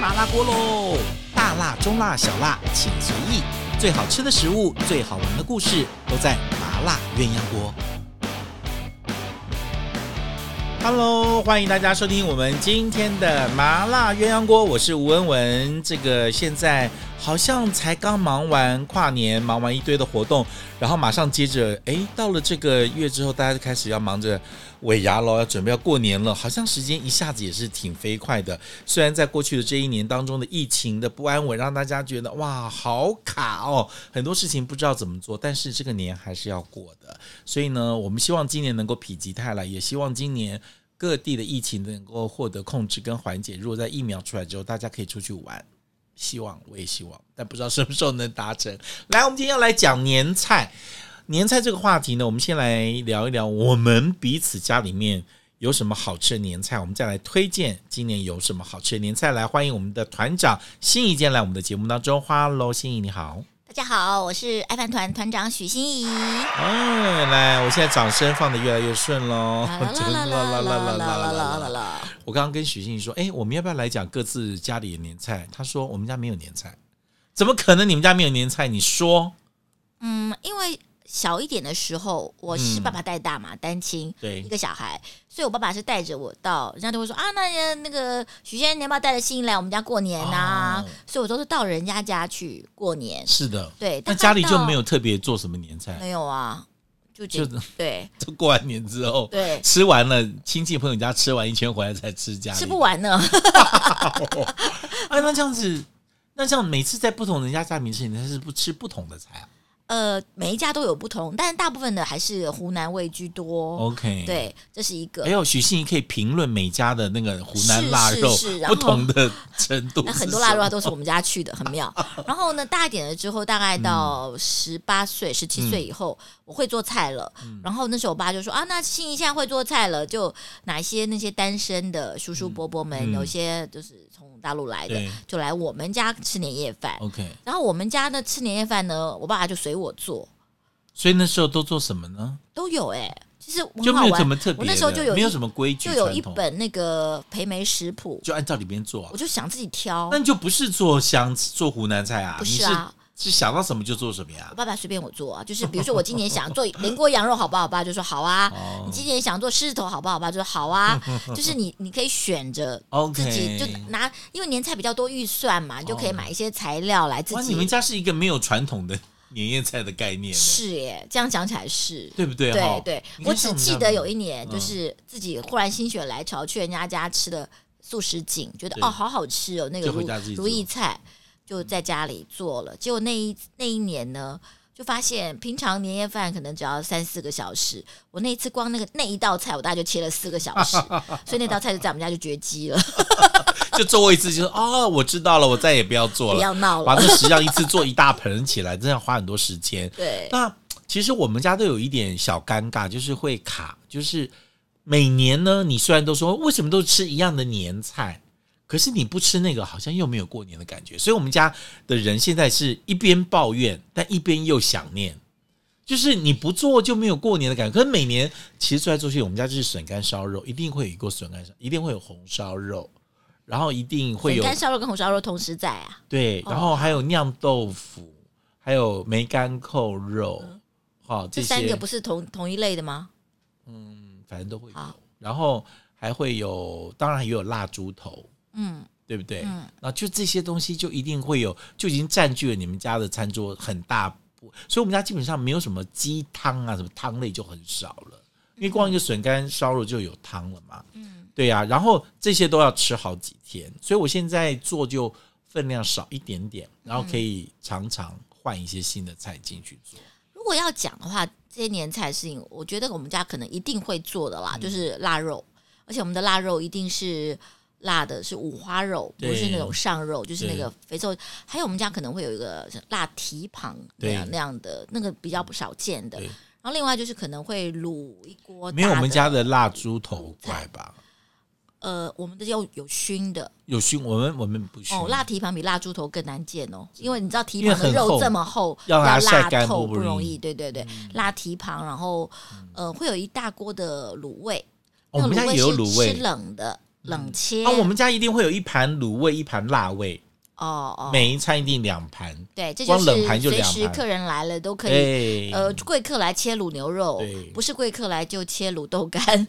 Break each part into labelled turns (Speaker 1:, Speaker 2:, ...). Speaker 1: 麻辣锅喽！大辣、中辣、小辣，请随意。最好吃的食物，最好玩的故事，都在麻辣鸳鸯锅。Hello，欢迎大家收听我们今天的麻辣鸳鸯锅，我是吴文文。这个现在好像才刚忙完跨年，忙完一堆的活动，然后马上接着，哎，到了这个月之后，大家就开始要忙着尾牙喽，要准备要过年了，好像时间一下子也是挺飞快的。虽然在过去的这一年当中的疫情的不安稳，让大家觉得哇好卡哦，很多事情不知道怎么做，但是这个年还是要过的。所以呢，我们希望今年能够否极泰来，也希望今年各地的疫情能够获得控制跟缓解。如果在疫苗出来之后，大家可以出去玩，希望我也希望，但不知道什么时候能达成。来，我们今天要来讲年菜。年菜这个话题呢，我们先来聊一聊我们彼此家里面有什么好吃的年菜，我们再来推荐今年有什么好吃的年菜。来，欢迎我们的团长新怡进来我们的节目当中。Hello，心怡你好。
Speaker 2: 大家好，我是爱饭团团长许欣怡。
Speaker 1: 哎，来，我现在掌声放的越来越顺喽。
Speaker 2: 啦啦啦啦啦啦啦啦啦啦！
Speaker 1: 我刚刚跟许信说，哎，我们要不要来讲各自家里的年菜？他说我们家没有年菜，怎么可能你们家没有年菜？你说
Speaker 2: 嗯，因为小一点的时候，我是
Speaker 1: 嗯
Speaker 2: 爸爸带大嘛，单亲
Speaker 1: 对
Speaker 2: 一个小孩，所以我爸爸是带着我到，人家都会说啊，那那个许先生，你要不要带着欣怡来我们家过年啊？
Speaker 1: 哦
Speaker 2: 所以我都是到人家家去过年。
Speaker 1: 是的，
Speaker 2: 对，
Speaker 1: 那
Speaker 2: 大概
Speaker 1: 家里就
Speaker 2: 到
Speaker 1: 没有特别做什么年菜，
Speaker 2: 没有啊？就
Speaker 1: 就
Speaker 2: 这对
Speaker 1: 就过完年之后，
Speaker 2: 对，
Speaker 1: 吃完了亲戚朋友家吃完一圈回来才吃家里，
Speaker 2: 吃不完呢。
Speaker 1: 啊？那这样子，那这样每次在不同人家家里面吃，你是不吃不同的菜啊
Speaker 2: 呃，每一家都有不同，但大部分的还是湖南味居多。
Speaker 1: ？OK，。
Speaker 2: 对，这是一个
Speaker 1: 哎。呦，许信可以评论每家的那个湖南
Speaker 2: 是
Speaker 1: 腊
Speaker 2: 是
Speaker 1: 肉
Speaker 2: 是然
Speaker 1: 不
Speaker 2: 后
Speaker 1: 同的程度是什么，
Speaker 2: 那很多腊肉啊都是我们家去的，很 妙。然后呢，大一点了之后，大概到
Speaker 1: 嗯
Speaker 2: 十八岁、十七岁以后，我会做菜了。
Speaker 1: 嗯
Speaker 2: 然后那时候我爸就说啊，那心怡现在会做菜了，就哪一些那些单身的叔叔伯伯们，
Speaker 1: 嗯
Speaker 2: 有些就是从大陆来的
Speaker 1: 对，哦
Speaker 2: 就来我们家吃年夜饭。
Speaker 1: OK，
Speaker 2: 然后我们家呢吃年夜饭呢，我爸爸就随我做，
Speaker 1: 所以那时候都做什么呢？
Speaker 2: 都有哎、其实
Speaker 1: 就没
Speaker 2: 很好
Speaker 1: 有什
Speaker 2: 玩。
Speaker 1: 么特别的，
Speaker 2: 我那时候就有
Speaker 1: 没有
Speaker 2: 一
Speaker 1: 什么规矩
Speaker 2: 就
Speaker 1: 传
Speaker 2: 有
Speaker 1: 统，
Speaker 2: 一本那个培梅食谱，
Speaker 1: 就按照里面做啊
Speaker 2: 我。就想自己挑
Speaker 1: 那。你就不是做湘做湖南菜啊？
Speaker 2: 不是啊
Speaker 1: 你是是想到什么就做什么呀
Speaker 2: 我？爸爸随便我 做啊，就是比如说我今年想做连锅羊肉，好不好？我爸就说好啊。
Speaker 1: 哦
Speaker 2: 你今年想做狮子头，好不好？我爸就说好 啊。就是你你可以选着
Speaker 1: OK
Speaker 2: 自己就拿，因为年菜比较多预算嘛，你就可以买一些材料来自
Speaker 1: 哇，你们
Speaker 2: 己。
Speaker 1: 家是一个没有传统的年夜菜的概念呢，
Speaker 2: 是耶，这样讲起来是。
Speaker 1: 对不对？哈
Speaker 2: 对对，
Speaker 1: 你看
Speaker 2: 我
Speaker 1: 像
Speaker 2: 只
Speaker 1: 我们
Speaker 2: 记
Speaker 1: 家
Speaker 2: 得
Speaker 1: 的
Speaker 2: 有一年，
Speaker 1: 嗯
Speaker 2: 就是自己忽然心血来潮去人家家吃的素食锦，觉得
Speaker 1: 对
Speaker 2: 哦好好吃哦，那个
Speaker 1: 就回
Speaker 2: 如
Speaker 1: 家自己做嗯
Speaker 2: 如意菜就在家里做了。结果那一那一年呢，就发现平常年夜饭可能只要三四个小时，我那一次光那个那一道菜，我大概就切了四个小时，所以那道菜就在我们家就绝迹了，
Speaker 1: 就做过一次，就说哦，我知道了，我再也不要做
Speaker 2: 不
Speaker 1: 了，
Speaker 2: 要闹
Speaker 1: 把
Speaker 2: 了。
Speaker 1: 这十样一次做一大盆起来，真的花很多时间。
Speaker 2: 对，
Speaker 1: 那其实我们家都有一点小尴尬，就是会卡，就是每年呢，你虽然都说为什么都吃一样的年菜，可是你不吃那个，好像又没有过年的感觉。所以我们家的人现在是一边抱怨，但一边又想念。就是你不做就没有过年的感觉，可是每年其实做来做去，我们家就是笋干烧肉，一定会有一个笋干烧，一定会有红烧肉，然后一定会
Speaker 2: 笋
Speaker 1: 有
Speaker 2: 干烧肉跟红烧肉同时在啊，
Speaker 1: 对，然后还有酿豆腐，还有梅干扣肉，好、
Speaker 2: 嗯这
Speaker 1: 这
Speaker 2: 三
Speaker 1: 些
Speaker 2: 个不是同同一类的吗？
Speaker 1: 反正都会有
Speaker 2: 好。
Speaker 1: 然后还会有，当然也有蜡猪头，
Speaker 2: 嗯，
Speaker 1: 对不对？
Speaker 2: 嗯
Speaker 1: 那就这些东西就一定会有，就已经占据了你们家的餐桌很大部，所以我们家基本上没有什么鸡汤啊，什么汤类就很少了，因为光一个笋干烧肉就有汤了嘛。嗯，对呀、然后这些都要吃好几天，所以我现在做就分量少一点点，然后可以常常换一些新的菜进去做。
Speaker 2: 如果要讲的话，这些年菜的事情，我觉得我们家可能一定会做的啦，
Speaker 1: 嗯
Speaker 2: 就是腊肉，而且我们的腊肉一定是辣的，是五花肉，不
Speaker 1: 对
Speaker 2: 是那种上肉，就是那
Speaker 1: 对
Speaker 2: 个肥瘦。还有我们家可能会有一个辣蹄膀那样
Speaker 1: 对
Speaker 2: 那样的，那个比较不少见的。
Speaker 1: 对
Speaker 2: 然后另外就是可能会卤一锅，
Speaker 1: 没有我们家，的腊猪头怪吧？
Speaker 2: 呃，我们的有有熏的
Speaker 1: 有熏，我们我们不熏。
Speaker 2: 哦，辣蹄膀比腊猪头更难见哦，因为你知道蹄
Speaker 1: 因为
Speaker 2: 膀的
Speaker 1: 很
Speaker 2: 肉
Speaker 1: 厚
Speaker 2: 这么厚，
Speaker 1: 要把它晒
Speaker 2: 辣
Speaker 1: 干
Speaker 2: 透
Speaker 1: 不
Speaker 2: 不容
Speaker 1: 容易嗯
Speaker 2: 易。对对对，辣蹄膀，然后呃，会有一大锅的卤味，
Speaker 1: 哦我们
Speaker 2: 那
Speaker 1: 家
Speaker 2: 个
Speaker 1: 也有
Speaker 2: 是
Speaker 1: 卤
Speaker 2: 吃
Speaker 1: 味，
Speaker 2: 冷的，冷切。
Speaker 1: 啊，我们家一定会有一盘卤味，一盘辣味，
Speaker 2: 哦哦，
Speaker 1: 每一餐一定两盘。
Speaker 2: 对，这
Speaker 1: 光
Speaker 2: 是
Speaker 1: 冷盘就
Speaker 2: 随
Speaker 1: 两
Speaker 2: 时
Speaker 1: 盘
Speaker 2: 客人来了都可以。
Speaker 1: 哎，
Speaker 2: 呃，贵客来切卤牛肉
Speaker 1: 对，
Speaker 2: 不是贵客来就切卤豆干。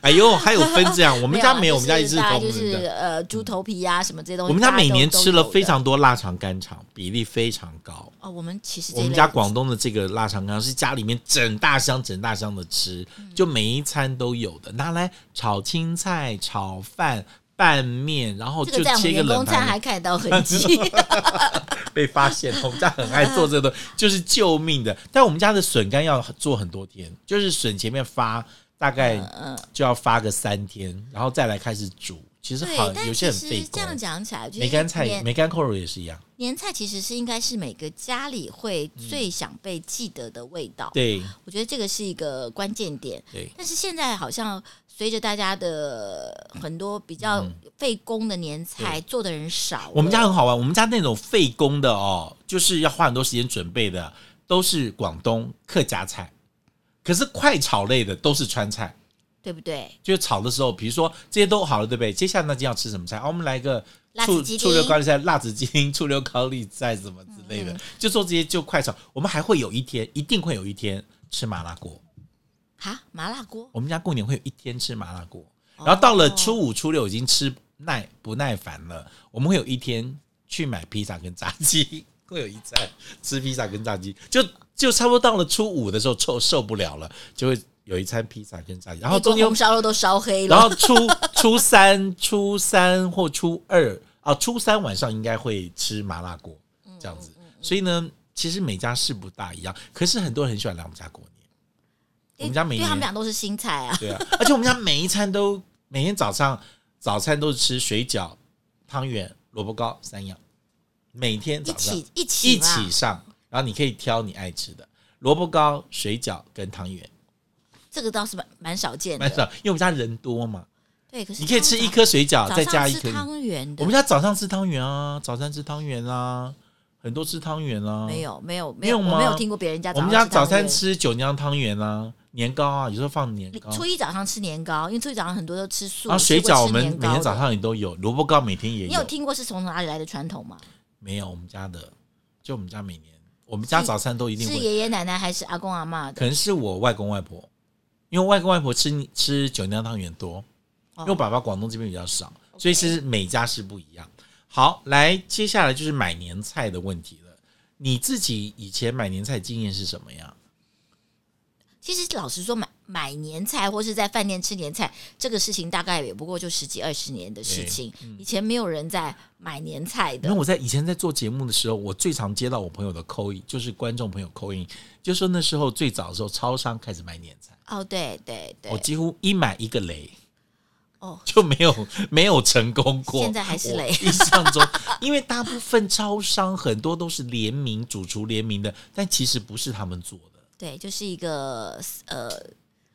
Speaker 1: 哎呦，还有分这 样，我
Speaker 2: 我
Speaker 1: 们家没
Speaker 2: 没有
Speaker 1: 有，
Speaker 2: 啊，
Speaker 1: 我们家一
Speaker 2: 就
Speaker 1: 直
Speaker 2: 是
Speaker 1: 是
Speaker 2: 大家
Speaker 1: 缝
Speaker 2: 就
Speaker 1: 制
Speaker 2: 是
Speaker 1: 的。嗯
Speaker 2: 呃猪头皮呀、什么这些东西。
Speaker 1: 我们家
Speaker 2: 大
Speaker 1: 每
Speaker 2: 都
Speaker 1: 年吃了非。
Speaker 2: 都有的
Speaker 1: 常多腊肠干肠，比例非常高。
Speaker 2: 哦，我们其实这
Speaker 1: 我们
Speaker 2: 类
Speaker 1: 家
Speaker 2: 的
Speaker 1: 广东的这个腊肠干是家里面整大箱整大箱的吃，
Speaker 2: 嗯
Speaker 1: 就每一餐都有的，拿来炒青菜、炒饭、拌面，然后
Speaker 2: 这
Speaker 1: 就
Speaker 2: 个在我们
Speaker 1: 切个
Speaker 2: 员
Speaker 1: 冷
Speaker 2: 工餐
Speaker 1: 盘。
Speaker 2: 还看得到痕迹。
Speaker 1: 被发现了，我们家很爱做这个， 就是救命的。但我们家的笋干要做很多天，就是笋前面发大概
Speaker 2: 嗯
Speaker 1: 就要发个三天，然后再来开始煮。其实
Speaker 2: 对
Speaker 1: 好，，
Speaker 2: 但
Speaker 1: 有些
Speaker 2: 其
Speaker 1: 很费
Speaker 2: 实这
Speaker 1: 工。
Speaker 2: 样讲起来，就是
Speaker 1: 梅干菜、
Speaker 2: 年
Speaker 1: 梅干扣肉也是一样，
Speaker 2: 年菜其实是应该是每个家里会最想被记得的味道。
Speaker 1: 嗯对
Speaker 2: 我觉得这个是一个关键点。
Speaker 1: 对。
Speaker 2: 但是现在好像随着大家的很多比较费工的年菜、做的人少了，
Speaker 1: 嗯我们家很好玩，我们家那种费工的哦，就是要花很多时间准备的，都是广东客家菜。可是快炒类的都是川菜，
Speaker 2: 对不对？
Speaker 1: 就是炒的时候，比如说这些都好了，对不对？接下来那就要吃什么菜？啊，我们来个
Speaker 2: 辣
Speaker 1: 醋
Speaker 2: 子鸡
Speaker 1: 醋溜
Speaker 2: 丁
Speaker 1: 高丽菜、辣子鸡丁、 醋溜高丽菜什么之类的，
Speaker 2: 嗯
Speaker 1: 就做这些就快炒。我们还会有一天，一定会有一天吃麻辣锅。
Speaker 2: 哈，麻辣锅
Speaker 1: 我们家过年会有一天吃麻辣锅，
Speaker 2: 哦
Speaker 1: 然后到了初五、初六已经吃耐不耐烦了，我们会有一天去买披萨跟炸鸡， 会有一餐吃披萨跟炸鸡，就就差不多到了初五的时候受受不了了，就会有一餐披萨跟炸鸡，然后中间
Speaker 2: 红烧肉都烧黑
Speaker 1: 然
Speaker 2: 了，
Speaker 1: 后初初三、初三或初二啊，初三晚上应该会吃麻辣锅
Speaker 2: 嗯
Speaker 1: 这样子。所以呢，其实每家事不大一样，可是很多人很喜欢来我们家过年。我
Speaker 2: 因
Speaker 1: 们
Speaker 2: 为
Speaker 1: 家每
Speaker 2: 因为他们
Speaker 1: 年
Speaker 2: 俩都是新 菜啊。
Speaker 1: 对啊，而且我们家每一餐都每天早上早餐都是吃水饺、汤圆、萝卜糕三样，每天
Speaker 2: 一
Speaker 1: 早上
Speaker 2: 起一起
Speaker 1: 一
Speaker 2: 嘛
Speaker 1: 起上，然后你可以挑你爱吃的萝卜糕、水饺跟汤圆，
Speaker 2: 这个倒是蛮蛮少见
Speaker 1: 蛮
Speaker 2: 的。
Speaker 1: 少，因为我们家人多嘛，
Speaker 2: 对，可是
Speaker 1: 你可以吃一
Speaker 2: 早
Speaker 1: 颗水饺，
Speaker 2: 早
Speaker 1: 再
Speaker 2: 上
Speaker 1: 加一
Speaker 2: 吃
Speaker 1: 颗你
Speaker 2: 汤圆
Speaker 1: 我
Speaker 2: 的
Speaker 1: 们，家早上吃汤圆啊，早餐吃汤圆啊，很多吃汤圆啊。
Speaker 2: 没，有没有
Speaker 1: 没
Speaker 2: 没
Speaker 1: 有
Speaker 2: 有，
Speaker 1: 吗
Speaker 2: 我没有听过别人家
Speaker 1: 我们家早
Speaker 2: 上
Speaker 1: 餐吃九娘汤圆啊，年糕啊，有时候放年糕
Speaker 2: 汤圆。。初一早上吃年糕，因为初一早上很多都吃素。
Speaker 1: 然后啊水
Speaker 2: 吃过
Speaker 1: 饺
Speaker 2: 吃
Speaker 1: 我们
Speaker 2: 年
Speaker 1: 每
Speaker 2: 糕
Speaker 1: 天早
Speaker 2: 的
Speaker 1: 上也都有，萝卜糕每天也
Speaker 2: 你有听过是从哪里来的传统吗？
Speaker 1: 没有我们家的，就我们家每年，我们家早餐都一定
Speaker 2: 是
Speaker 1: 会，
Speaker 2: 爷爷奶奶还是阿公阿妈的？
Speaker 1: 可能是我外公外婆，因为外公外婆吃吃九娘汤圆多，因为我
Speaker 2: 哦
Speaker 1: 爸爸广东这边比较少，所以其实每家是不一样。好，来，接下来就是买年菜的问题了。你自己以前买年菜经验是什么呀？
Speaker 2: 其实老实说，买买年菜或是在饭店吃年菜这个事情，大概也不过就十几二十年的事情。以前没有人在买年菜
Speaker 1: 因为
Speaker 2: 的，
Speaker 1: 哎嗯我在以前在做节目的时候，我最常接到我朋友的扣印，就是观众朋友扣印，就说那时候最早的时候，超商开始卖年菜，
Speaker 2: 哦，对对对
Speaker 1: 我，几乎一买一个雷，
Speaker 2: 哦，
Speaker 1: 就没有没有成功过。
Speaker 2: 现在还是雷
Speaker 1: 我印象中， 因为大部分超商很多都是联名主厨联名的，但其实不是他们做的，
Speaker 2: 对，就是一个呃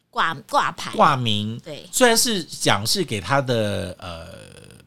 Speaker 2: 挂挂牌，
Speaker 1: 挂名。
Speaker 2: 对
Speaker 1: 虽然是讲是给他的呃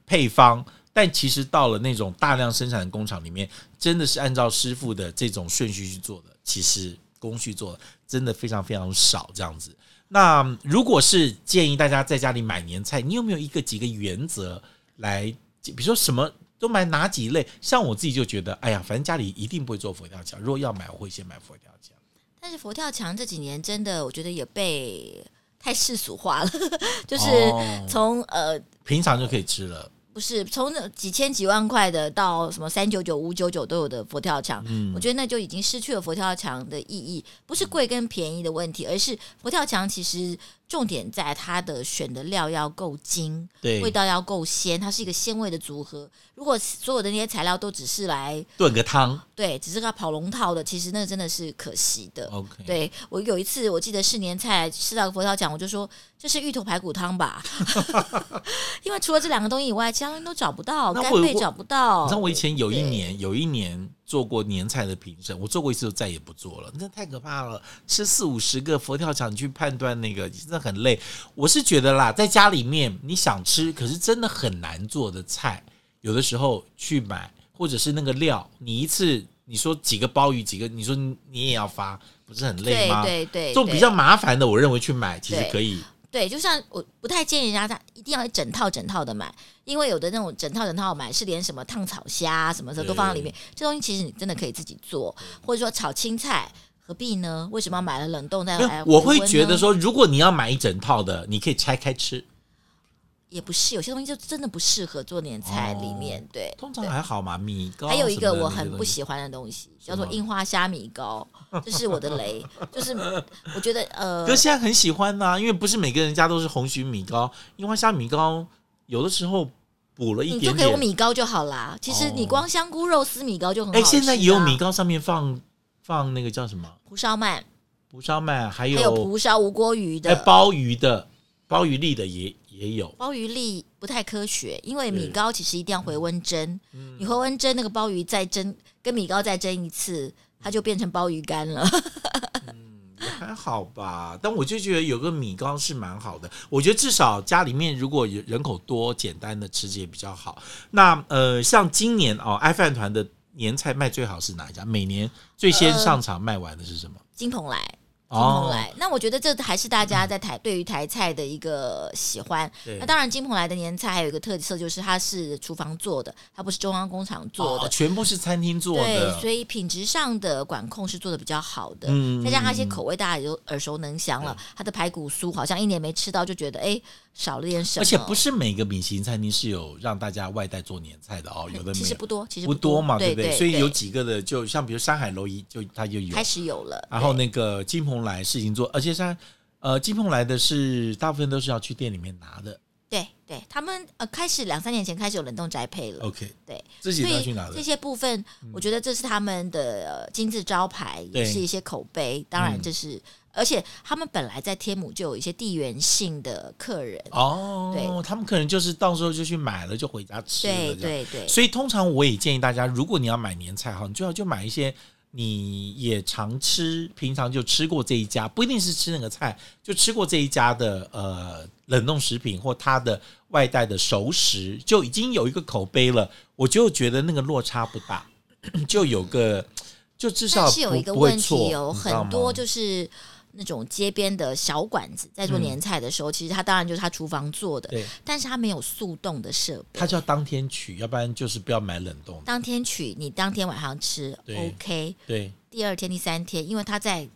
Speaker 1: 配方，但其实到了那种大量生产的工厂里面，真的是按照师傅的这种顺序去做的，其实工序做的真的非常非常少这样子。那如果是建议大家在家里买年菜，你有没有一个几个原则来，比如说什么都买哪几类？像我自己就觉得，哎呀，反正家里一定不会做佛跳墙，如果要买，我会先买佛跳墙。
Speaker 2: 但是佛跳墙这几年真的，我觉得也被太世俗化了， 就是
Speaker 1: 哦
Speaker 2: 从、呃
Speaker 1: 平常就可以吃了，
Speaker 2: 不是从那几千几万块的到什么三九九五九九都有的佛跳墙，
Speaker 1: 嗯
Speaker 2: 我觉得那就已经失去了佛跳墙的意义，不是贵跟便宜的问题，而是佛跳墙其实重点在它的选的料要够精，
Speaker 1: 对
Speaker 2: 味道要够鲜，它是一个鲜味的组合。如果所有的那些材料都只是来
Speaker 1: 炖个汤。
Speaker 2: 对，只是它跑龙套的，其实那真的是可惜的。
Speaker 1: OK，
Speaker 2: 对我有一次，我记得是年菜吃到佛跳墙，我就说这是芋头排骨汤吧， 因为除了这两个东西以外，其他东西都找不到，
Speaker 1: 那
Speaker 2: 干
Speaker 1: 我有
Speaker 2: 贝
Speaker 1: 过
Speaker 2: 找不到。
Speaker 1: 你知道我以前有一
Speaker 2: 哦对
Speaker 1: 年，有一年做过年菜的评审，我做过一次就再也不做了，那太可怕了。吃四五十个佛跳墙，你去判断那个真的很累。我是觉得啦，在家里面你想吃，可是真的很难做的菜，有的时候去买，或者是那个料，你一次你说几个鲍鱼，几个你说你也要发，不是很累
Speaker 2: 对
Speaker 1: 吗？
Speaker 2: 对对，
Speaker 1: 这种
Speaker 2: 对
Speaker 1: 比较麻烦的，我认为去买其实
Speaker 2: 对
Speaker 1: 可以
Speaker 2: 对，就像我不太建议人家他一定要一整套整套的买，因为有的那种整套整套买是连什么烫炒虾、啊、什么的都放在里面，这东西其实你真的可以自己做，或者说炒青菜。何必呢？为什么要买了冷冻再
Speaker 1: 没有
Speaker 2: 来？
Speaker 1: 我会觉得，说，如果你要买一整套的，你可以拆开吃。
Speaker 2: 也不是，有些东西就真的不适合做年菜里面。对，
Speaker 1: 哦通常还好嘛，米糕。
Speaker 2: 还有一个我很不喜欢的东西，叫做樱花虾米糕，这是我的 雷。就是我觉得呃
Speaker 1: 可是，现在很喜欢呐、因为不是每个人家都是红曲米糕，樱花虾米糕有的时候补了一
Speaker 2: 你就
Speaker 1: 点
Speaker 2: 给我
Speaker 1: 点。哦
Speaker 2: 米糕就好啦。其实你光香菇肉丝米糕就很好
Speaker 1: 哎、
Speaker 2: 吃、啊。
Speaker 1: 现在也有米糕上面放放那个叫什么
Speaker 2: 蒲烧鳗，
Speaker 1: 蒲烧鳗，还
Speaker 2: 还有
Speaker 1: 有
Speaker 2: 蒲烧无锅鱼
Speaker 1: 哎
Speaker 2: 的。
Speaker 1: 鲍鱼的鲍鱼粒的也也有。
Speaker 2: 鲍鱼粒不太科学，因为米糕其实一定要回温蒸，
Speaker 1: 嗯
Speaker 2: 你回温蒸那个鲍鱼再蒸，跟米糕再蒸一次，它就变成鲍鱼干了。
Speaker 1: 也还好吧，但我就觉得有个米糕是蛮好的。我觉得至少家里面如果有人口多，简单的吃也比较好。那呃，像今年哦，爱饭团的年菜卖最好是哪一家？每年最先上场卖完的是什么？
Speaker 2: 金鹏来，金
Speaker 1: 哦
Speaker 2: 鹏来。那我觉得这还是大家在台对于台菜的一个喜欢。
Speaker 1: 对
Speaker 2: 那当然，金鹏来的年菜还有一个特色就是它是厨房做的，它不是中央工厂做
Speaker 1: 哦
Speaker 2: 的。
Speaker 1: 全部是餐厅做
Speaker 2: 对，
Speaker 1: 的，
Speaker 2: 所以品质上的管控是做的比较好的，
Speaker 1: 嗯
Speaker 2: 再加上它一些口味大家也都耳熟能详了。它的排骨酥好像一年没吃到就觉得哎少了点什么，
Speaker 1: 而且不是每个米其林餐厅是有让大家外带做年菜的哦，有的
Speaker 2: 其
Speaker 1: 没
Speaker 2: 实
Speaker 1: 有
Speaker 2: 不多，其实
Speaker 1: 不多嘛，
Speaker 2: 对
Speaker 1: 不对？所以有几个的就像比如山海楼一就它就有
Speaker 2: 开始有了，
Speaker 1: 然后
Speaker 2: 对？
Speaker 1: 那个金鹏来是已经做，而且像呃金鹏来的是大部分都是要去店里面拿的。
Speaker 2: 对对，他们呃开始两三年前开始有冷冻宅配了，
Speaker 1: OK，
Speaker 2: 对，
Speaker 1: 自己
Speaker 2: 所
Speaker 1: 都要
Speaker 2: 以
Speaker 1: 去拿的嗯
Speaker 2: 这。些部分，我觉得这是他们的呃金字招牌，也
Speaker 1: 对嗯
Speaker 2: 是一些口碑。当然，这是、而且他们本来在天母就有一些地缘性的客人，
Speaker 1: 哦
Speaker 2: 对，
Speaker 1: 他们可能就是到时候就去买了，就回家吃了。这
Speaker 2: 对
Speaker 1: 样。
Speaker 2: 对对，
Speaker 1: 所以通常我也建议大家，如果你要买年菜哈，你最好就买一些你也常吃、平常就吃过这一家，不一定是吃那个菜，就吃过这一家的呃冷冻食品或它的外带的熟食，就已经有一个口碑了。我就觉得那个落差不 大，就有个就至少
Speaker 2: 但是有
Speaker 1: 不
Speaker 2: 一个
Speaker 1: 不会
Speaker 2: 问
Speaker 1: 错嗯
Speaker 2: 题，有
Speaker 1: 你知道
Speaker 2: 很多
Speaker 1: 吗
Speaker 2: 就是那种街边的小馆子在做年菜的
Speaker 1: 嗯
Speaker 2: 时候，其实他当然就是他厨房做的，
Speaker 1: 对，
Speaker 2: 但是他没有速冻的设备。
Speaker 1: 它就要当天取，要不然就是不要买冷冻的。
Speaker 2: 当天取，你当天晚上吃
Speaker 1: 对
Speaker 2: ，OK。
Speaker 1: 对，
Speaker 2: 第二天、第三天，因为它在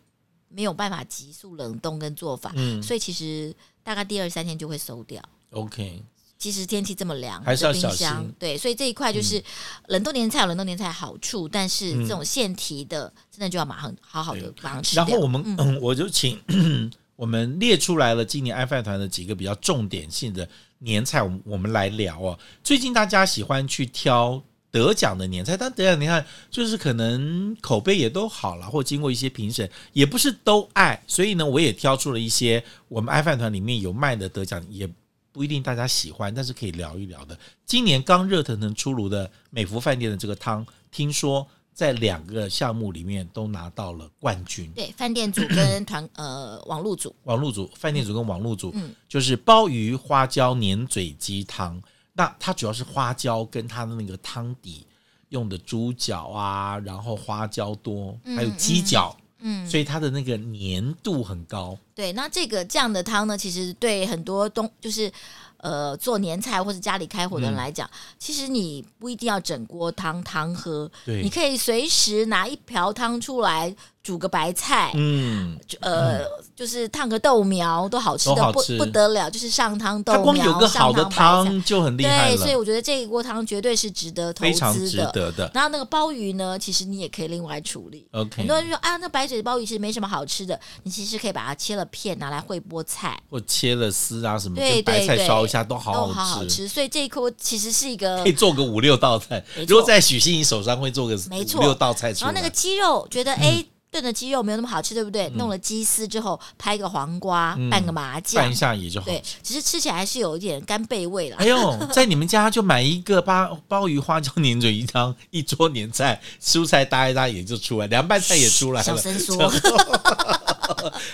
Speaker 2: 没有办法急速冷冻跟做法，
Speaker 1: 嗯
Speaker 2: 所以其实大概第二三天就会馊掉。
Speaker 1: ，OK，
Speaker 2: 其实天气这么凉，
Speaker 1: 还是要
Speaker 2: 冰
Speaker 1: 小
Speaker 2: 箱
Speaker 1: 心嗯
Speaker 2: 对，所以这一块就是冷冻年菜有冷冻年菜好处，但是这种现提的，真的就要马上好好的
Speaker 1: 对
Speaker 2: 马上吃掉。
Speaker 1: 嗯
Speaker 2: 嗯
Speaker 1: 然后我们、嗯我就请 我们列出来了今年爱饭团的几个比较重点性的年菜，我们我们来聊哦。最近大家喜欢去挑得奖的年菜，但得奖年菜就是可能口碑也都好了，或经过一些评审，也不是都爱。所以呢，我也挑出了一些我们爱饭团里面有卖的得奖也。不一定大家喜欢，但是可以聊一聊的。今年刚热腾腾出炉的美福饭店的这个汤，听说在两个项目里面都拿到了冠军。
Speaker 2: 对饭店组跟团呃网路组，
Speaker 1: 网络组、饭店组跟网络组，
Speaker 2: 嗯
Speaker 1: 就是鲍鱼花椒粘嘴鸡汤。那它主要是花椒跟它的那个汤底用的猪脚啊，然后花椒多，还有鸡脚，
Speaker 2: 嗯，
Speaker 1: 所以它的那个粘度很高。
Speaker 2: 对，那这个这样的汤呢，其实对很多东就是呃做年菜或是家里开火
Speaker 1: 嗯
Speaker 2: 的人来讲，其实你不一定要整锅汤汤喝，
Speaker 1: 对
Speaker 2: 你可以随时拿一瓢汤出来煮个白菜，
Speaker 1: 嗯，
Speaker 2: 就呃，就是烫个豆苗都好吃
Speaker 1: 都
Speaker 2: 的
Speaker 1: 好
Speaker 2: 不
Speaker 1: 吃
Speaker 2: 不得了，就是上汤豆
Speaker 1: 它
Speaker 2: 苗，
Speaker 1: 光有个好的
Speaker 2: 上白菜
Speaker 1: 汤就很厉害
Speaker 2: 对，所以
Speaker 1: 了，
Speaker 2: 我觉得这一锅汤绝对是值得投
Speaker 1: 非常
Speaker 2: 资
Speaker 1: 值
Speaker 2: 的。
Speaker 1: 得的。
Speaker 2: 然后那个鲍鱼呢，其实你也可以另外处理。很
Speaker 1: OK，
Speaker 2: 多人就说啊，那白水鲍鱼其实没什么好吃的，你其实可以把它切了片，拿来烩菠菜，
Speaker 1: 或切了丝啊什么，
Speaker 2: 对
Speaker 1: 就白菜
Speaker 2: 对对
Speaker 1: 烧一下都
Speaker 2: 都
Speaker 1: 好
Speaker 2: 好好
Speaker 1: 吃。
Speaker 2: 吃。所以这一锅其实是一个
Speaker 1: 可以，做个五六道菜
Speaker 2: 没，错
Speaker 1: 如果在许昕怡手上会做个
Speaker 2: 没
Speaker 1: 五
Speaker 2: 错
Speaker 1: 六道菜出
Speaker 2: 然后
Speaker 1: 来。嗯
Speaker 2: 那个鸡肉觉得哎。炖的鸡肉没有那么好吃，对不对？弄了鸡丝之后，拍个黄瓜，拌个麻
Speaker 1: 嗯拌
Speaker 2: 酱
Speaker 1: 一，下也就好
Speaker 2: 对，只是吃起来是有一点干贝味啦
Speaker 1: 哎。呦，在你们家就买一个鲍鲍鱼花椒粘嘴一汤，一桌年菜，蔬菜搭一搭也就出来，凉拌菜也出来
Speaker 2: 小
Speaker 1: 了。
Speaker 2: 声说，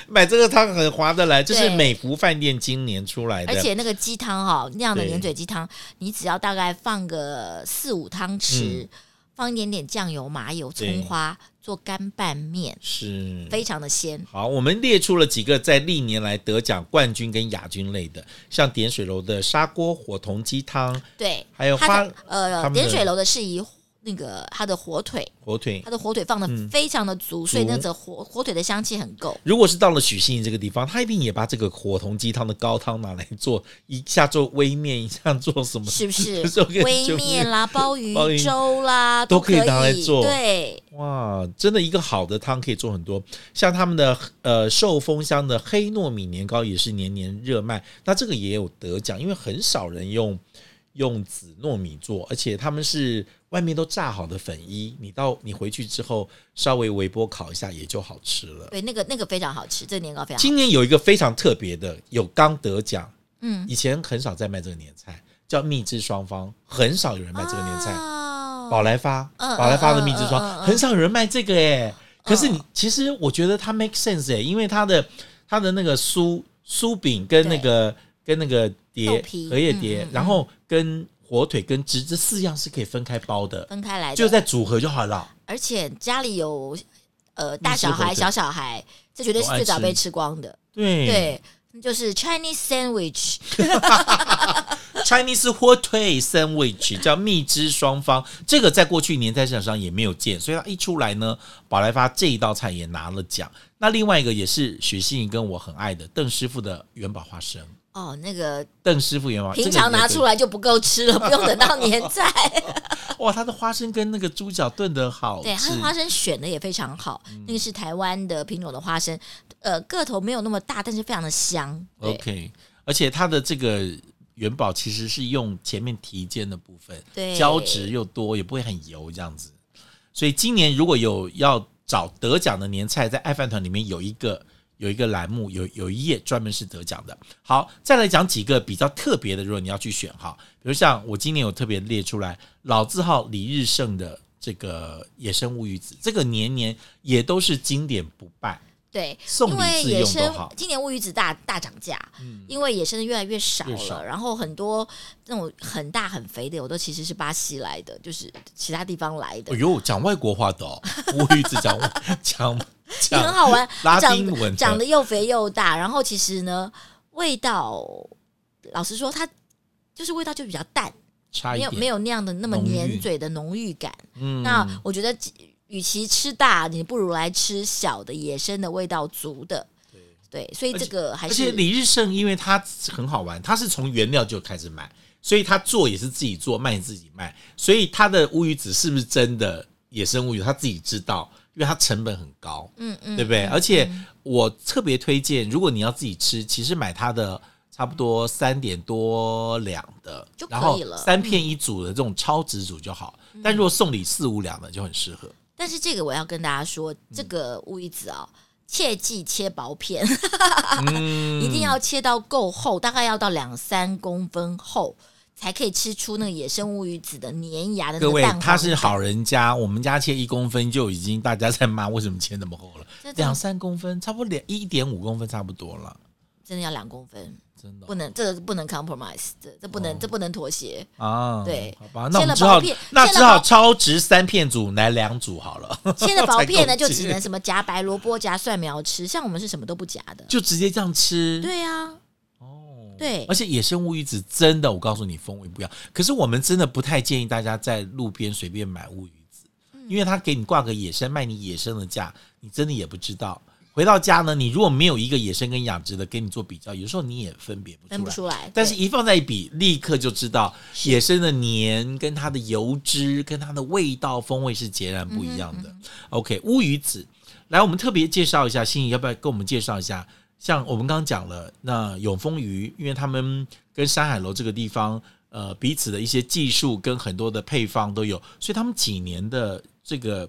Speaker 1: 买这个汤很划得来，这是
Speaker 2: 对
Speaker 1: 美福饭店今年出来的，
Speaker 2: 而且那个鸡汤哈、那样的
Speaker 1: 对嗯
Speaker 2: 盐嘴鸡汤，你只要大概放个四五汤匙，放一点点酱油、麻油、葱花做干拌面，
Speaker 1: 是
Speaker 2: 非常的鲜。
Speaker 1: 好，我们列出了几个在历年来得奖冠军跟亚军类的，像点水楼的砂锅火铜鸡汤、
Speaker 2: 对，
Speaker 1: 还有
Speaker 2: 它
Speaker 1: 花
Speaker 2: 的呃
Speaker 1: 他们的
Speaker 2: 点水楼的是以那个它的火腿，
Speaker 1: 火腿
Speaker 2: 它。的火腿放的
Speaker 1: 嗯
Speaker 2: 非常的足，所以那则火火腿的香气很 够。
Speaker 1: 如果是到了许信这个地方，他一定也把这个火铜鸡汤的高汤拿来做，一下做微面，一下做什么，
Speaker 2: 是不是
Speaker 1: 这时候跟
Speaker 2: 微
Speaker 1: 就是
Speaker 2: 面啦、鲍鱼
Speaker 1: 鲍鱼
Speaker 2: 粥啦
Speaker 1: 都可
Speaker 2: 可
Speaker 1: 以拿来做
Speaker 2: 对，
Speaker 1: 哇，真的一个好的汤可以做很多，像他们的呃寿丰乡的黑糯米年糕也是年年热卖，那这个也有得奖，因为很少人用用紫糯米做，而且他们是外面都炸好的粉衣，你到你回去之后稍微微波烤一下也就好吃了。
Speaker 2: 对，那个那个非常好吃，这个年糕非常好吃。
Speaker 1: 今年有一个非常特别的，有刚得奖，
Speaker 2: 嗯，
Speaker 1: 以前很少在卖这个年菜，叫蜜汁双方，很少有人卖这个年菜。
Speaker 2: 哦
Speaker 1: 宝来发，
Speaker 2: 嗯
Speaker 1: 宝来发的蜜汁
Speaker 2: 嗯嗯嗯
Speaker 1: 霜，
Speaker 2: 嗯
Speaker 1: 很少有人卖这个哎。可是你
Speaker 2: 嗯
Speaker 1: 其实我觉得它 make sense 哎，因为它的它的那个酥酥饼跟那个跟那个
Speaker 2: 豆
Speaker 1: 碟
Speaker 2: 皮
Speaker 1: 荷叶
Speaker 2: 嗯
Speaker 1: 碟
Speaker 2: 嗯，
Speaker 1: 然后跟火腿跟汁这四样是可以分开包的，
Speaker 2: 分开来的，
Speaker 1: 就在组合就好了。
Speaker 2: 而且家里有呃大
Speaker 1: 蜜汁
Speaker 2: 小
Speaker 1: 火
Speaker 2: 孩、
Speaker 1: 腿
Speaker 2: 小小孩，这绝对是
Speaker 1: 都爱
Speaker 2: 最早
Speaker 1: 吃嗯
Speaker 2: 被吃光的。
Speaker 1: 对
Speaker 2: 对，就是 Chinese sandwich，
Speaker 1: ，Chinese 火腿 sandwich 叫蜜汁双方，这个在过去年菜市场上也没有见，所以它一出来呢，宝来发这一道菜也拿了奖。那另外一个也是许信跟我很爱的邓师傅的元宝花生。
Speaker 2: 哦，那个
Speaker 1: 邓师傅元宝，
Speaker 2: 平常拿出
Speaker 1: 来，
Speaker 2: 来就不够吃了，不用等到年菜。
Speaker 1: 哇，它的花生跟那个猪脚炖的好吃，
Speaker 2: 对，它的花生选的也非常好，
Speaker 1: 嗯
Speaker 2: 那个是台湾的品种的花生，呃，个头没有那么大，但是非常的香。对
Speaker 1: OK，而且它的这个元宝其实是用前面提肩的部分，
Speaker 2: 对
Speaker 1: 胶质又多，也不会很油这样子。所以今年如果有要找得奖的年菜，在爱饭团里面有一个有一个栏目，有有一页专门是得奖的。好，再来讲几个比较特别的，如果你要去选哈，比如像我今年有特别列出来老字号李日盛的这个野生乌鱼子，这个年年也都是经典不败。
Speaker 2: 对，
Speaker 1: 送
Speaker 2: 因
Speaker 1: 礼
Speaker 2: 为
Speaker 1: 自
Speaker 2: 野
Speaker 1: 用都
Speaker 2: 生
Speaker 1: 好嗯
Speaker 2: 今年乌鱼子大大涨价，因为野生的越来越少
Speaker 1: 越
Speaker 2: 了，
Speaker 1: 少
Speaker 2: 然后很多那种很大很肥的，我都其实是巴西来的，就是其他地方来的
Speaker 1: 哎，呦，讲外国话 的哦，乌鱼子讲讲
Speaker 2: 也
Speaker 1: 讲
Speaker 2: 很好玩
Speaker 1: ，拉丁文
Speaker 2: 长
Speaker 1: 的
Speaker 2: 长得又肥又大，然后其实呢，味道老实说，它就是味道就比较淡，
Speaker 1: 差一
Speaker 2: 没有
Speaker 1: 点，
Speaker 2: 没有那样的那么
Speaker 1: 浓郁
Speaker 2: 粘嘴的浓郁感。
Speaker 1: 嗯
Speaker 2: 那我觉得，与其吃大，你不如来吃小的，野生的味道足的。对，所以这个还
Speaker 1: 而且
Speaker 2: 是
Speaker 1: 李日盛，因为他很好玩，他是从原料就开始买，所以他做也是自己做，卖也自己卖，所以他的乌鱼子是不是真的野生乌鱼，他自己知道，因为它成本很高，
Speaker 2: 嗯嗯，
Speaker 1: 对不对？而且我特别推荐，如果你要自己吃，其实买它的差不多三点多两的
Speaker 2: 就，可
Speaker 1: 然后
Speaker 2: 以了嗯
Speaker 1: 三片一组的这种超值组就好，但如果送礼四五两的就很适 合。
Speaker 2: 但是这个我要跟大家
Speaker 1: 嗯
Speaker 2: 说，这个乌鱼子哦，切记切薄片，
Speaker 1: 嗯
Speaker 2: 一定要切到够厚，大概要到两三公分厚，才可以吃出那个野生乌鱼子的粘牙的
Speaker 1: 各
Speaker 2: 那个
Speaker 1: 位
Speaker 2: 蛋黄，
Speaker 1: 他是好人家，我们家切一公分就已经大家在骂为什么切那么厚了，
Speaker 2: 真的
Speaker 1: 两三公分，差不多两一点五公分差不多了，
Speaker 2: 真的要两公分，
Speaker 1: 真的
Speaker 2: 不能这个不能 compromise，这这不
Speaker 1: 哦
Speaker 2: 能、这不能妥协。
Speaker 1: 啊。
Speaker 2: 对
Speaker 1: 好吧，那我
Speaker 2: 切了
Speaker 1: 们只好
Speaker 2: 薄片
Speaker 1: 那
Speaker 2: 切了
Speaker 1: 只好
Speaker 2: 薄
Speaker 1: 超值三片组来两组好 了，
Speaker 2: 切的薄片
Speaker 1: 才
Speaker 2: 呢，
Speaker 1: 够
Speaker 2: 就
Speaker 1: 吃
Speaker 2: 只能什么夹白萝卜、夹蒜苗吃，像我们是什么都不夹的。
Speaker 1: 就直接这样吃。
Speaker 2: 对啊，
Speaker 1: 嗯哦
Speaker 2: 对
Speaker 1: 而且野生乌鱼子真的，我告诉你风味不一样。可是我们真的不太建议大家在路边随便买乌鱼子，
Speaker 2: 嗯
Speaker 1: 因为他给你挂个野生，卖你野生的价，你真的也不知道。回到家呢，你如果没有一个野生跟养殖的给你做比较，有时候你也分别不出来。
Speaker 2: 分不出来。
Speaker 1: 但是，
Speaker 2: 对
Speaker 1: 一放在一比，立刻就知道野生的黏跟它的油脂跟它的味道风味是截然不一样的。OK，乌鱼子，来，我们特别介绍一下，心怡要不要跟我们介绍一下？像我们刚刚讲了，那永丰鱼，因为他们跟山海楼这个地方，呃，彼此的一些技术跟很多的配方都有，所以他们几年的这个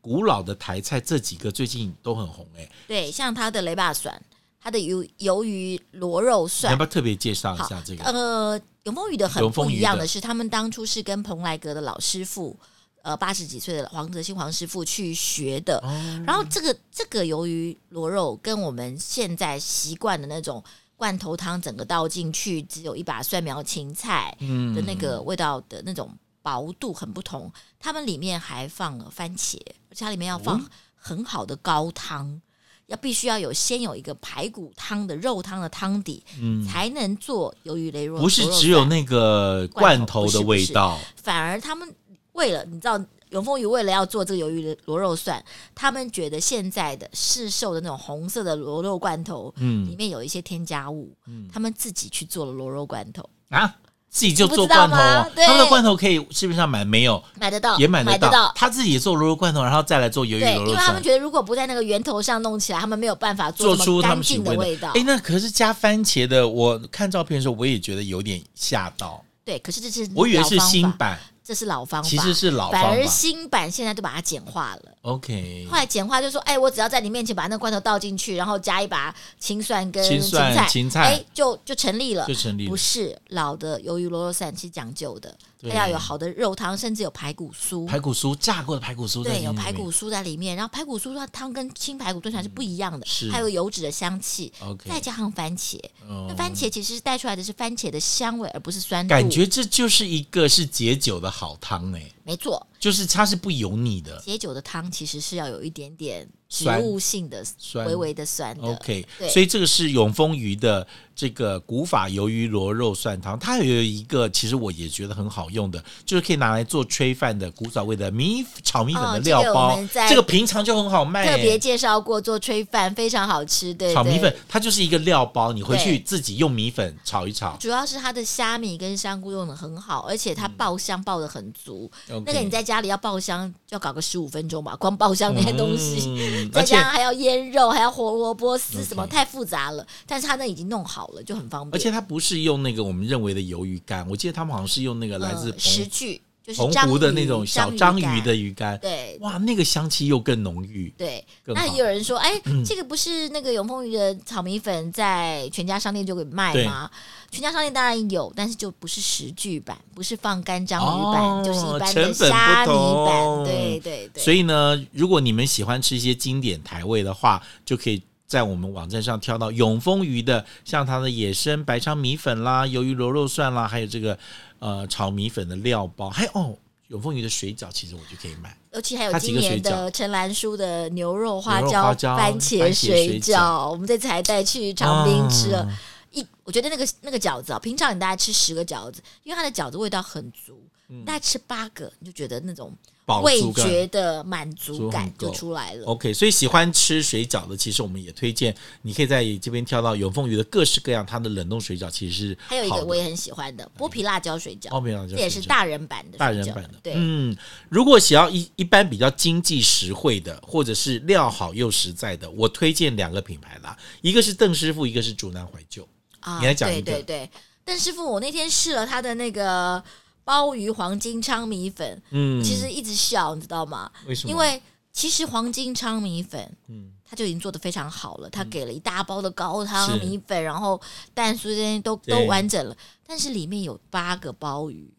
Speaker 1: 古老的台菜，这几个最近都很红哎、
Speaker 2: 对，像它的雷霸蒜，它的鱿鱿鱼螺肉
Speaker 1: 你要
Speaker 2: 蒜
Speaker 1: 不，要特别介绍一
Speaker 2: 好
Speaker 1: 下这个？
Speaker 2: 呃，永丰鱼的很
Speaker 1: 永丰
Speaker 2: 不
Speaker 1: 鱼
Speaker 2: 一样的
Speaker 1: 的
Speaker 2: 是，他们当初是跟蓬莱阁的老师傅，呃，八十几岁的黄泽新黄师傅去学的。
Speaker 1: 哦
Speaker 2: 然后这个这个鱿鱼螺肉跟我们现在习惯的那种罐
Speaker 1: 嗯
Speaker 2: 头汤整个倒进去，只有一把蒜苗芹菜的那个味道的那种薄度很不同，他们里面还放了番茄，而且它里面要
Speaker 1: 哦
Speaker 2: 放很好的高汤，要必须要有先有一个排骨汤的肉汤的汤底，
Speaker 1: 嗯，
Speaker 2: 才能做鱿鱼雷肉。
Speaker 1: 不是
Speaker 2: 螺肉
Speaker 1: 只有
Speaker 2: 饭
Speaker 1: 那个罐头的味道，
Speaker 2: 反而他们为了你知道。永丰鱼为了要做这个鱿鱼螺肉蒜，他们觉得现在的市售的那种红色的螺肉罐头，
Speaker 1: 嗯
Speaker 2: 里面有一些添加物，他们自己去做了螺肉罐头，
Speaker 1: 啊，自己就
Speaker 2: 你不
Speaker 1: 做
Speaker 2: 知道
Speaker 1: 罐
Speaker 2: 吗
Speaker 1: 头哦。
Speaker 2: 对哦
Speaker 1: 他们的罐头可以市面上买没有？
Speaker 2: 买得到
Speaker 1: 也买得
Speaker 2: 得
Speaker 1: 到，他自己做螺肉罐头，然后再来做鱿鱼
Speaker 2: 对，
Speaker 1: 螺
Speaker 2: 因
Speaker 1: 肉
Speaker 2: 为他
Speaker 1: 串，
Speaker 2: 们觉得如果不在那个源头上弄起来，他们没有办法
Speaker 1: 做
Speaker 2: 这
Speaker 1: 出
Speaker 2: 么
Speaker 1: 他
Speaker 2: 干
Speaker 1: 们喜
Speaker 2: 净的
Speaker 1: 欢
Speaker 2: 味道。
Speaker 1: 哎，那可是加番茄的，我看照片的时候我也觉得有点吓到，
Speaker 2: 对，可是这是
Speaker 1: 我以为是
Speaker 2: 老方
Speaker 1: 新
Speaker 2: 法，
Speaker 1: 版，
Speaker 2: 这是嗯老方法，
Speaker 1: 其实是老
Speaker 2: 反
Speaker 1: 方
Speaker 2: 而
Speaker 1: 法。嗯
Speaker 2: 新版现在都把它简化了。
Speaker 1: OK，
Speaker 2: 后来简化就说，哎，我只要在你面前把那罐头倒进去，然后加一把青蒜跟
Speaker 1: 青蒜
Speaker 2: 芹菜，
Speaker 1: 芹菜
Speaker 2: 哎，就就成立了
Speaker 1: 就。成立了
Speaker 2: 不。是老的鱿鱼螺肉散是讲究的，它
Speaker 1: 对
Speaker 2: 要有好的肉汤，甚至有排骨酥。
Speaker 1: 排骨酥炸过的排骨酥在里
Speaker 2: 对，有
Speaker 1: 面，嗯
Speaker 2: 排骨酥在里面，然后排骨酥它汤跟清排骨炖出来是不一样的，
Speaker 1: 是
Speaker 2: 还有油脂的香气
Speaker 1: OK
Speaker 2: 再加上番茄，
Speaker 1: 哦
Speaker 2: 那番茄其实带出来的是番茄的香味，而不是酸度。
Speaker 1: 感觉这就是一个是解酒的好汤哎、
Speaker 2: 没错，
Speaker 1: 就是它是不油腻的。
Speaker 2: 解酒的汤其实是要有一点点植
Speaker 1: 酸
Speaker 2: 物性的
Speaker 1: 酸
Speaker 2: 微微的酸的。
Speaker 1: OK，
Speaker 2: 对
Speaker 1: 所以这个是永丰鱼的这个古法鱿鱼螺肉蒜汤，它也有一个其实我也觉得很好用的，就是可以拿来做炊饭的古早味的米炒米粉的
Speaker 2: 哦
Speaker 1: 料
Speaker 2: 这个
Speaker 1: 包，
Speaker 2: 我们在
Speaker 1: 这个平常就很好卖、
Speaker 2: 特别
Speaker 1: 欸。
Speaker 2: 介绍过做炊饭，非常好吃。对，
Speaker 1: 炒米
Speaker 2: 对
Speaker 1: 粉，它就是一个料包，你回去
Speaker 2: 对
Speaker 1: 自己用米粉炒一炒。
Speaker 2: 主要是它的虾米跟香菇用的很好，而且它爆香爆的很足。
Speaker 1: 嗯
Speaker 2: 那个
Speaker 1: OK
Speaker 2: 你在家里要爆香，要搞个十五分钟吧，光爆香那些东西。
Speaker 1: 嗯
Speaker 2: 再
Speaker 1: 而且嗯
Speaker 2: 加上还要腌肉，还要胡萝卜丝，什么
Speaker 1: OK
Speaker 2: 太复杂了。但是它那已经弄好了，就很方
Speaker 1: 而
Speaker 2: 便。
Speaker 1: 且它不是用那个我们认为的鱿鱼干，我记得他们好像是用那个来自
Speaker 2: 嗯、石
Speaker 1: 澎
Speaker 2: 具，就是
Speaker 1: 澎
Speaker 2: 章
Speaker 1: 湖的
Speaker 2: 鱼
Speaker 1: 那种小章
Speaker 2: 章
Speaker 1: 鱼
Speaker 2: 干
Speaker 1: 的，鱼干，
Speaker 2: 对
Speaker 1: 哇，那个香气又更浓郁。
Speaker 2: 对。
Speaker 1: 更
Speaker 2: 那
Speaker 1: 好嗯
Speaker 2: 也有人说，哎，这个不是那个永丰鱼的炒米粉在全家商店就给卖吗？全家商店当然有，但是就不是石具版，不是放干章鱼版，
Speaker 1: 哦
Speaker 2: 就是一般
Speaker 1: 成
Speaker 2: 的
Speaker 1: 本
Speaker 2: 虾
Speaker 1: 不
Speaker 2: 米
Speaker 1: 同
Speaker 2: 版。对对对，
Speaker 1: 所以呢，如果你们喜欢吃一些经典台味的话，就可以在我们网站上挑到永丰鱼的，像它的野生白鲳米粉啦、鱿鱼螺肉蒜啦，还有这个呃炒米粉的料包，还有 哦永丰鱼的水饺，其实我就可以买。
Speaker 2: 尤其还有
Speaker 1: 它几
Speaker 2: 今
Speaker 1: 个水
Speaker 2: 年的
Speaker 1: 饺
Speaker 2: 陈兰书的牛肉
Speaker 1: 牛肉
Speaker 2: 椒
Speaker 1: 花椒
Speaker 2: 番
Speaker 1: 番茄
Speaker 2: 茄
Speaker 1: 水
Speaker 2: 水
Speaker 1: 饺
Speaker 2: 饺，我们这次还带去长滨吃了。
Speaker 1: 啊
Speaker 2: 一，我觉得那个那个饺子啊，平常你大概吃十个饺子，因为它的饺子味道很足，
Speaker 1: 嗯
Speaker 2: 大概吃八个你就觉得那种
Speaker 1: 饱
Speaker 2: 味
Speaker 1: 足感
Speaker 2: 觉的满足
Speaker 1: 足
Speaker 2: 感
Speaker 1: 很够哦
Speaker 2: 就出来了。
Speaker 1: OK，所以喜欢吃水饺的，其实我们也推荐你可以在这边挑到永丰鱼的各式各样，它的冷冻水饺其实是
Speaker 2: 还有一
Speaker 1: 好
Speaker 2: 个
Speaker 1: 的嗯哦
Speaker 2: 我也很喜欢的剥皮辣椒水
Speaker 1: 奥
Speaker 2: 饺，
Speaker 1: 美朗
Speaker 2: 这
Speaker 1: 就
Speaker 2: 也是大人版的
Speaker 1: 大
Speaker 2: 水
Speaker 1: 人
Speaker 2: 饺
Speaker 1: 版的，
Speaker 2: 对，
Speaker 1: 嗯，如果想要一一般比较经济实惠的，或者是料好又实在的，我推荐两个品牌啦，一个是邓师傅，一个是竹南怀旧。
Speaker 2: 啊，
Speaker 1: 你来讲一
Speaker 2: 对
Speaker 1: 个
Speaker 2: 对对，邓师傅，我那天试了他的那个鲍鱼黄金昌米粉，
Speaker 1: 嗯，
Speaker 2: 其实一直笑，你知道吗？
Speaker 1: 为什么？
Speaker 2: 因为其实黄金昌米粉，
Speaker 1: 嗯
Speaker 2: 嗯，它就已经做的非常好了。它给了一大包的高汤
Speaker 1: 是
Speaker 2: 米粉，然后蛋酥这些都
Speaker 1: 对
Speaker 2: 都完整了，但是里面有八个 鲍鱼。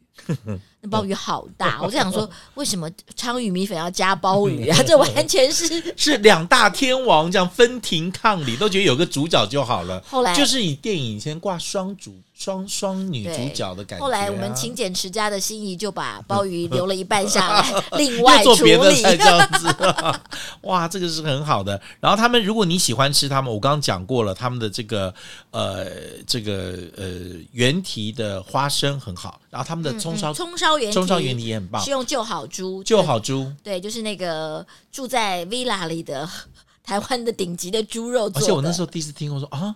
Speaker 2: 那鲍鱼好大，我就想说，为什么昌鱼米粉要加鲍 鱼啊？这完全是
Speaker 1: 是两大天王这样分庭抗礼，都觉得有个主角就好了。
Speaker 2: 后来
Speaker 1: 就是以电影以前挂双主双双女主角的感觉啊、
Speaker 2: 后来我们勤俭持家的心仪就把鲍鱼留了一半 下来，另 外
Speaker 1: 又做
Speaker 2: 处
Speaker 1: 别的菜
Speaker 2: 理
Speaker 1: 这。样子， 哇，这个是很好的。然后他们，如果你喜欢吃他们，我刚刚讲过了，他们的这个呃这个呃原蹄的花生很好，然后他们的葱烧、
Speaker 2: 嗯葱烧原
Speaker 1: 葱烧原蹄
Speaker 2: 蹄
Speaker 1: 也很棒
Speaker 2: 是，用旧好猪，
Speaker 1: 就好猪。
Speaker 2: 对，就是那个住在 villa 里的 台湾的顶级的猪肉做
Speaker 1: 而
Speaker 2: 的。
Speaker 1: 且我那时候第一次听，我说啊，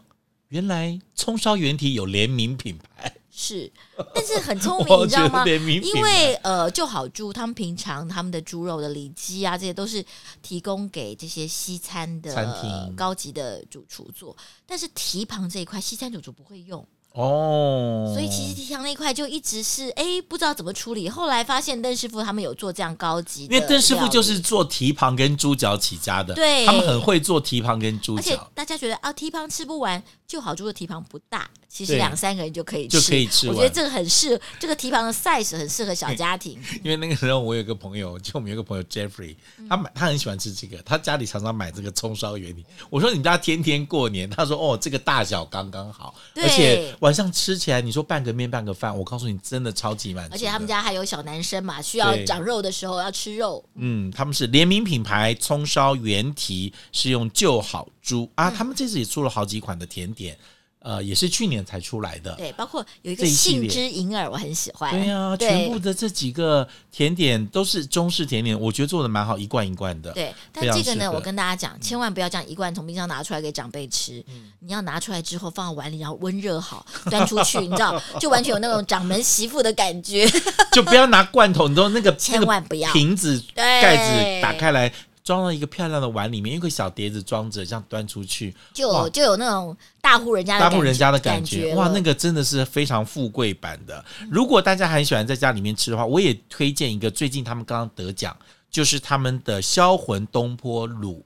Speaker 1: 原来葱烧原蹄有联名品牌，
Speaker 2: 是，但是很 聪明，
Speaker 1: 我
Speaker 2: 你知
Speaker 1: 觉
Speaker 2: 道
Speaker 1: 得
Speaker 2: 吗？
Speaker 1: 联名品
Speaker 2: 因
Speaker 1: 牌。
Speaker 2: 为呃，就好猪，他们平常他们的猪肉的里脊啊，这些都是提供给这些西餐的
Speaker 1: 餐厅
Speaker 2: 高级的主厨做，但是蹄膀这一块西餐主厨不会用，
Speaker 1: 哦，
Speaker 2: 所以其实蹄膀那一块就一直是哎不知道怎么处理。后来发现邓师傅他们有做这样高级的料
Speaker 1: 因
Speaker 2: 理，
Speaker 1: 为邓师傅就是做蹄膀跟猪脚起家的，
Speaker 2: 对
Speaker 1: 他们很会做蹄膀跟猪
Speaker 2: 而且
Speaker 1: 脚。
Speaker 2: 大家觉得啊，蹄膀吃不完，就好猪的蹄膀不大，其实
Speaker 1: 对
Speaker 2: 两三个人就可以
Speaker 1: 就
Speaker 2: 吃，
Speaker 1: 可以吃
Speaker 2: 我
Speaker 1: 完
Speaker 2: 觉得这个很适，这个蹄膀的 size 很适合小家庭。
Speaker 1: 因为那个时候我有个朋友，就我们有个朋友 Jeffrey，他买他很喜欢吃这个，他家里常常买这个葱烧圆饼。我说你们家天天过年，他说哦这个大小刚刚好，
Speaker 2: 对
Speaker 1: 而且晚上吃起来，你说半个面半个饭，我告诉你，真的超级满足。
Speaker 2: 而且他们，家还有小男生嘛，需要
Speaker 1: 对
Speaker 2: 长肉的时候要吃肉，
Speaker 1: 嗯，他们是联名品牌葱烧原蹄，是用旧好猪啊，
Speaker 2: 嗯
Speaker 1: 他们这次也出了好几款的甜点，呃，也是去年才出来的。
Speaker 2: 对，包括有一个
Speaker 1: 这一系
Speaker 2: 杏
Speaker 1: 列
Speaker 2: 之银耳，我很喜欢。
Speaker 1: 对呀、啊全部的这几个甜点都是中式甜点，我觉得做的蛮好，一罐一罐的。
Speaker 2: 对，但
Speaker 1: 非常
Speaker 2: 这个
Speaker 1: 适
Speaker 2: 呢，
Speaker 1: 合
Speaker 2: 我跟大家讲，千万不要这样一罐从冰箱拿出来给长辈吃。
Speaker 1: 嗯
Speaker 2: 你要拿出来之后放到碗里，然后温热好，端出去，你知道，就完全有那种掌门媳妇的感觉。
Speaker 1: 就不要拿罐头，你知道那个
Speaker 2: 千万不要
Speaker 1: 那个瓶子
Speaker 2: 对
Speaker 1: 盖子打开来，装到一个漂亮的碗里面，用一个小碟子装着，这样端出去，
Speaker 2: 就
Speaker 1: 哇
Speaker 2: 有就有那种大户人家的
Speaker 1: 大户人家的
Speaker 2: 感
Speaker 1: 感
Speaker 2: 觉
Speaker 1: 觉，
Speaker 2: 了
Speaker 1: 哇，那个真的是非常富贵版的。如果大家很喜欢在家里面吃的话，我也推荐一个，最近他们刚刚得奖，就是他们的销魂东坡卤。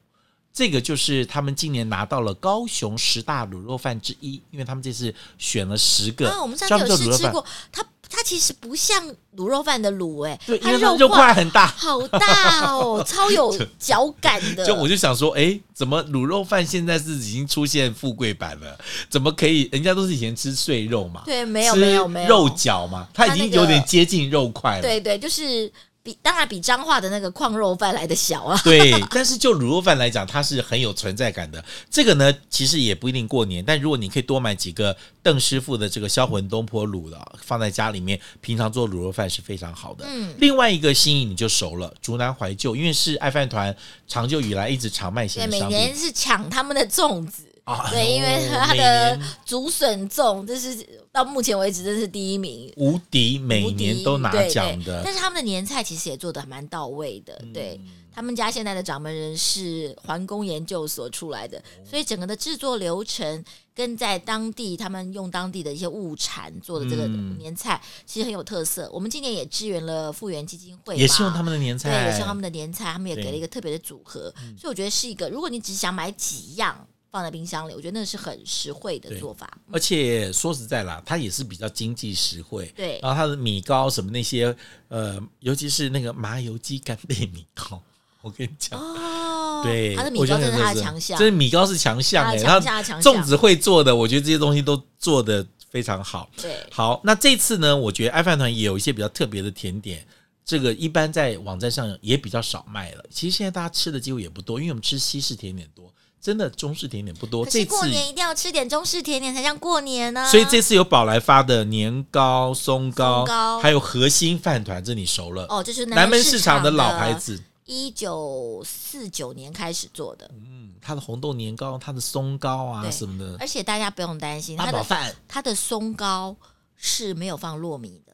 Speaker 1: 这个就是他们今年拿到了高雄十大卤肉饭之一，因为他们这次选了十个，
Speaker 2: 啊，我们上次
Speaker 1: 专门
Speaker 2: 有
Speaker 1: 做
Speaker 2: 试
Speaker 1: 卤肉
Speaker 2: 吃
Speaker 1: 饭，
Speaker 2: 过，它它其实不像卤肉饭的卤、哎，
Speaker 1: 对，因
Speaker 2: 它
Speaker 1: 为它
Speaker 2: 肉
Speaker 1: 肉块很大，
Speaker 2: 好大 哦，超有脚感的。
Speaker 1: 就我就想说，哎，怎么卤肉饭现在是已经出现富贵版了？怎么可以？人家都是以前吃碎肉嘛，
Speaker 2: 对，没有
Speaker 1: 吃
Speaker 2: 没有没有
Speaker 1: 肉饺嘛，它已
Speaker 2: 它那
Speaker 1: 经
Speaker 2: 个
Speaker 1: 有点接近肉块了。
Speaker 2: 对对，就是比当然比彰化的那个矿肉饭来的小啊。
Speaker 1: 对， 但是就卤肉饭来讲，它是很有存在感的。这个呢，其实也不一定过年，但如果你可以多买几个邓师傅的这个销魂东坡卤的，放在家里面，平常做卤肉饭是非常好的。
Speaker 2: 嗯，
Speaker 1: 另外一个心意你就熟了，竹南怀旧，因为是爱饭团长久以来一直常卖型
Speaker 2: 对，
Speaker 1: 的
Speaker 2: 每
Speaker 1: 商品
Speaker 2: 年是抢他们的粽子。
Speaker 1: 啊
Speaker 2: 对，因为
Speaker 1: 哦
Speaker 2: 它
Speaker 1: 每
Speaker 2: 的
Speaker 1: 年
Speaker 2: 竹笋粽，这是到目前为止这是第一名，
Speaker 1: 无敌，每
Speaker 2: 无敌
Speaker 1: 年都拿
Speaker 2: 对对
Speaker 1: 奖的。嗯
Speaker 2: 但是他们的年菜其实也做的蛮到位的，对。他们家现在的掌门人是环工研究所出来
Speaker 1: 哦
Speaker 2: 的，所以整个的制作流程跟在当地他们用当地的一些物产做的这个
Speaker 1: 嗯
Speaker 2: 年菜，其实很有特色。我们今年也支援了复原基金会嘛，
Speaker 1: 也是用他们的年
Speaker 2: 对，
Speaker 1: 菜，嗯
Speaker 2: 也是用他们的年菜，他们也
Speaker 1: 对
Speaker 2: 给了一个特别的组合，所以我觉得是一个，如果你只想买几样放在冰箱里，我觉得那是很实惠的
Speaker 1: 对
Speaker 2: 做法。
Speaker 1: 而且说实在啦，它也是比较经济实惠。
Speaker 2: 对
Speaker 1: 然后它的米糕什么那些，呃，尤其是那个麻油鸡干贝米糕， 我跟你讲，
Speaker 2: 哦，
Speaker 1: 对，
Speaker 2: 他的米
Speaker 1: 我
Speaker 2: 糕
Speaker 1: 觉得
Speaker 2: 真的是
Speaker 1: 很
Speaker 2: 他
Speaker 1: 特
Speaker 2: 的
Speaker 1: 色
Speaker 2: 强项
Speaker 1: 这，米糕是强项
Speaker 2: 它
Speaker 1: 哎、
Speaker 2: 的
Speaker 1: 它
Speaker 2: 强项它的强项
Speaker 1: 粽子会做的，我觉得这些东西都做的非常好。
Speaker 2: 对。
Speaker 1: 好，那这次呢，我觉得爱饭团也有一些比较特别的甜点，这个一般在网站上也比较少卖了。其实现在大家吃的几乎也不多，因为我们吃西式甜点多，真的中式甜点不多。
Speaker 2: 可是
Speaker 1: 这次
Speaker 2: 过年一定要吃点中式甜点才像过年啊呢、
Speaker 1: 所以这次有宝来发的年糕、松糕，
Speaker 2: 松糕
Speaker 1: 还有核心饭团，这你熟了。
Speaker 2: 哦，这是
Speaker 1: 南门市
Speaker 2: 场
Speaker 1: 场的老牌，子，
Speaker 2: 一九四九年开始做的，
Speaker 1: 嗯，它的红豆年糕、它的松糕啊
Speaker 2: 对
Speaker 1: 什么的，
Speaker 2: 而且大家不用担心，它
Speaker 1: 八宝
Speaker 2: 的
Speaker 1: 饭
Speaker 2: 它的松糕是没有放糯米的，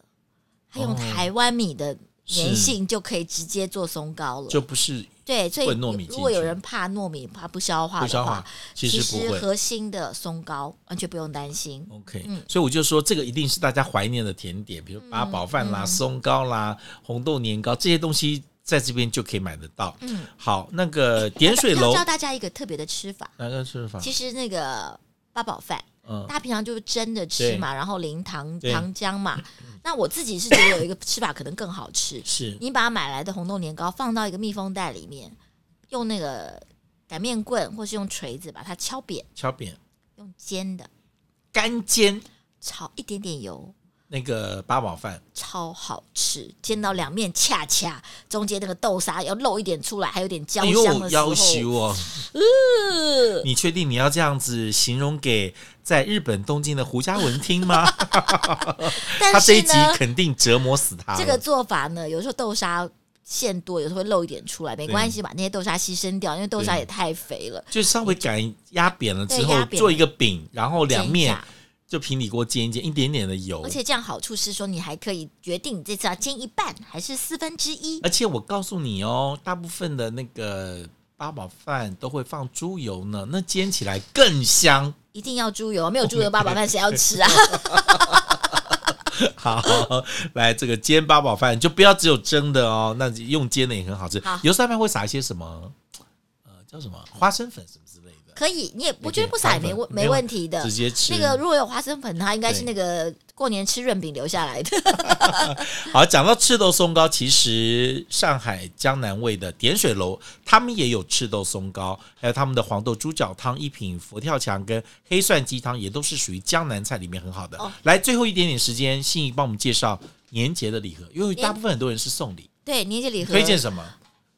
Speaker 2: 它用
Speaker 1: 哦
Speaker 2: 台湾米的粘
Speaker 1: 是
Speaker 2: 性就可以直接做松糕了。
Speaker 1: 就不是
Speaker 2: 对，所以
Speaker 1: 混糯米
Speaker 2: 如果
Speaker 1: 进
Speaker 2: 有
Speaker 1: 去
Speaker 2: 人怕糯米怕不消化
Speaker 1: 不
Speaker 2: 的
Speaker 1: 消
Speaker 2: 话
Speaker 1: 化，，啊其实不会。
Speaker 2: 核心的松糕完全不用担心。
Speaker 1: OK，、
Speaker 2: 嗯
Speaker 1: 所以我就说这个一定是大家怀念的甜点，比如八宝饭
Speaker 2: 嗯
Speaker 1: 啦、松糕啦、红豆年糕这些东西，在这边就可以买得到。
Speaker 2: 嗯，
Speaker 1: 好，那个点水
Speaker 2: 要
Speaker 1: 楼
Speaker 2: 教大家一个特别的吃法，
Speaker 1: 哪个吃法？
Speaker 2: 其实那个八宝饭。
Speaker 1: 嗯
Speaker 2: 大，家平常就是蒸着吃嘛，然后淋糖
Speaker 1: 对，
Speaker 2: 糖浆嘛。那我自己是觉得有一个吃法可能更好吃
Speaker 1: 是
Speaker 2: 你把买来的红豆年糕放到一个密封袋里面，用那个擀面棍或是用锤子把它敲扁，
Speaker 1: 敲扁
Speaker 2: 用煎的，
Speaker 1: 干煎
Speaker 2: 炒一点点油，
Speaker 1: 那个八宝饭。
Speaker 2: 超好吃，煎到两面恰恰，中间那个豆沙要露一点出来，还有点焦
Speaker 1: 哎呦，
Speaker 2: 香的时候，
Speaker 1: 要求哦！
Speaker 2: 呃
Speaker 1: 你确定你要这样子形容给在日本东京的胡嘉文听吗？他
Speaker 2: 但
Speaker 1: 这一
Speaker 2: 是
Speaker 1: 集
Speaker 2: 呢，
Speaker 1: 肯定折磨死他了。
Speaker 2: 这个做法呢，有时候豆沙馅多，有时候会露一点出来，没关系，把那些豆沙牺牲掉，因为豆沙也太肥了。
Speaker 1: 就稍微擀压扁了之
Speaker 2: 对
Speaker 1: 后
Speaker 2: 压，扁
Speaker 1: 做一个饼，然后两
Speaker 2: 煎
Speaker 1: 面哦
Speaker 2: 一下
Speaker 1: 就平底锅煎一煎，一点点的油
Speaker 2: 啊而。且这样好处是说，你还可以决定你这次要煎一半还是四分之一。
Speaker 1: 而且我告诉你哦，大部分的那个八宝饭都会放猪油呢，那煎起来更 香。
Speaker 2: 一定要猪油，没有猪油八宝饭谁要吃啊？
Speaker 1: 好，来这个煎八宝饭就不要只有蒸的哦，那用煎的也很好吃
Speaker 2: 好。
Speaker 1: 油菜饭会撒一些什么？呃，叫什么花生粉什么之类的。的，
Speaker 2: 可以，你也我
Speaker 1: 也
Speaker 2: 觉
Speaker 1: 可
Speaker 2: 得
Speaker 1: 以
Speaker 2: 不撒也
Speaker 1: 放
Speaker 2: 没
Speaker 1: 粉
Speaker 2: 问
Speaker 1: 没
Speaker 2: 没
Speaker 1: 有
Speaker 2: 问 题的
Speaker 1: 直。接吃。
Speaker 2: 那个如果有花生粉，它应该是
Speaker 1: 对
Speaker 2: 那个过年吃润饼留下来的。
Speaker 1: 好，讲到赤豆松糕，其实上海江南味的点水楼，他们也有赤豆松糕，还有他们的黄豆猪脚汤、一品佛跳墙跟黑蒜鸡汤，也都是属于江南菜里面很好的。
Speaker 2: 哦
Speaker 1: 来，最后一点点时间，心仪帮我们介绍年节的礼盒，因为
Speaker 2: 年
Speaker 1: 大部分很多人是送礼，
Speaker 2: 对，年节礼盒
Speaker 1: 推荐什么？